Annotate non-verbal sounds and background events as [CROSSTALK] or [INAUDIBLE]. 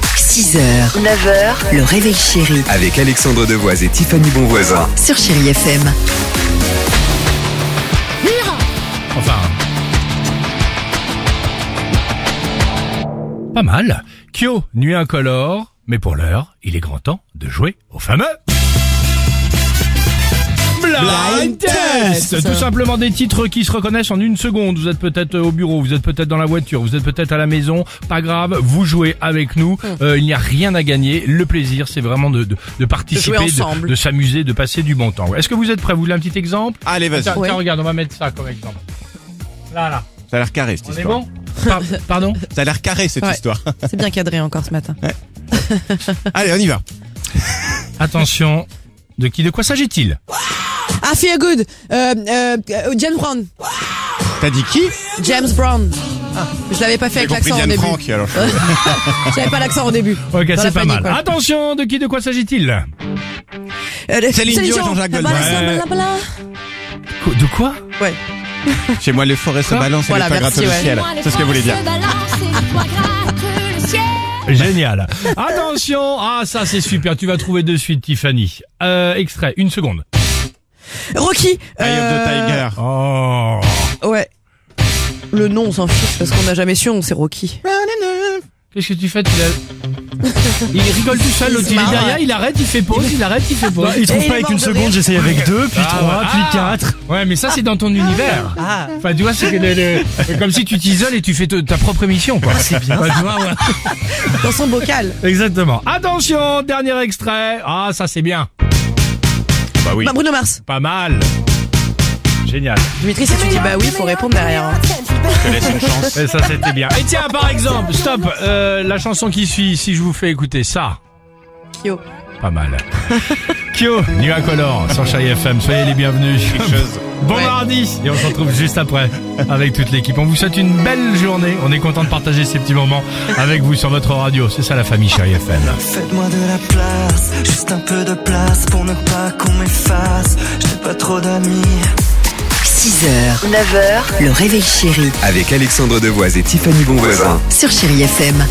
6h, 9h, le réveil chéri Avec Alexandre Devoise et Tiffany Bonvoisin. sur Chéri FM. Enfin. Pas mal. Kyo, nuit incolore. Mais pour l'heure, il est grand temps de jouer au fameux. Blind Test Tout simplement des titres qui se reconnaissent en une seconde. Vous êtes peut-être euh, au bureau, vous êtes peut-être dans la voiture, vous êtes peut-être à la maison. Pas grave, vous jouez avec nous. Euh, il n'y a rien à gagner. Le plaisir, c'est vraiment de, de- de participer, de- ensemble. de s'amuser, de passer du bon temps. Est-ce que vous êtes prêts Vous voulez un petit exemple Allez, vas-y. Ça Tiens, tiens, regarde, on va mettre ça comme exemple. Là, là, a l'air carré, cette on est histoire. bon [LAUGHS] Par- Pardon Ça a l'air carré, cette Ouais. histoire. [LAUGHS] C'est bien cadré encore ce [LAUGHS] matin. Allez, on y va. Attention, de qui, de quoi s'agit-il Ah, Feel Good euh, euh, euh, James Brown T'as dit qui James Brown Ah, Je l'avais pas fait J'ai avec compris l'accent au Diane début. Franck, alors. je- [LAUGHS] J'avais pas l'accent au début. Ok, c'est Dans la pas panique, mal. quoi. Attention, de qui, de quoi s'agit-il Euh, les- Céline Dion et Jean-Jacques Goldman. Balassa, Ouais. balabala. Co- De quoi Chez moi, les forêts se Quoi balancent et Voilà, les pas merci, grattent le ouais. ciel. C'est ce que vous voulez dire. [LAUGHS] Génial. Attention, ah ça c'est super, tu vas trouver de suite Tiffany. Euh, extrait, une seconde. Rocky Eye of the euh, Tiger. Oh. Ouais. Le nom, on s'en fiche parce qu'on n'a jamais su, on c'est Rocky. Qu'est-ce que tu fais tu [LAUGHS] l'as- Il rigole tout seul, l'autre, il est marre, derrière, ouais. il arrête, il fait pause, il arrête, il [LAUGHS] fait pause. Il trouve Et Bah, il pas est avec mort une de seconde, rire. j'essaye avec deux, puis Ah, trois, ouais. puis Ah. quatre. Ouais, mais ça c'est dans ton univers. Enfin, tu vois, c'est que le- le- comme si tu t'isoles et tu fais te- ta propre émission, quoi. Ah, C'est bien. [LAUGHS] Dans son bocal. Exactement. Attention, dernier extrait. Ah, ça c'est bien. Bah oui. Bah, Bruno Mars. Pas mal. Génial. Dimitri, si tu dis bah oui, faut répondre derrière. hein. Je te laisse une chance. Et ça c'était bien. Et tiens, par exemple, stop. euh, la chanson qui suit, si je vous fais écouter ça. Kyo. Pas [LAUGHS] mal. Kyo, Nuit Incolore sur Chai FM. Soyez les bienvenus. Bon Ouais. mardi et on se retrouve juste après avec toute l'équipe. On vous souhaite une belle journée. On est content de partager ces petits moments avec vous sur votre radio. C'est ça la famille Chérie FM. Faites-moi de la place, juste un peu de place pour ne pas qu'on m'efface. J'ai pas trop d'amis. 6h, 9h, le réveil chéri Avec Alexandre Devoise et Tiffany Bonvoisin. sur Chéri FM.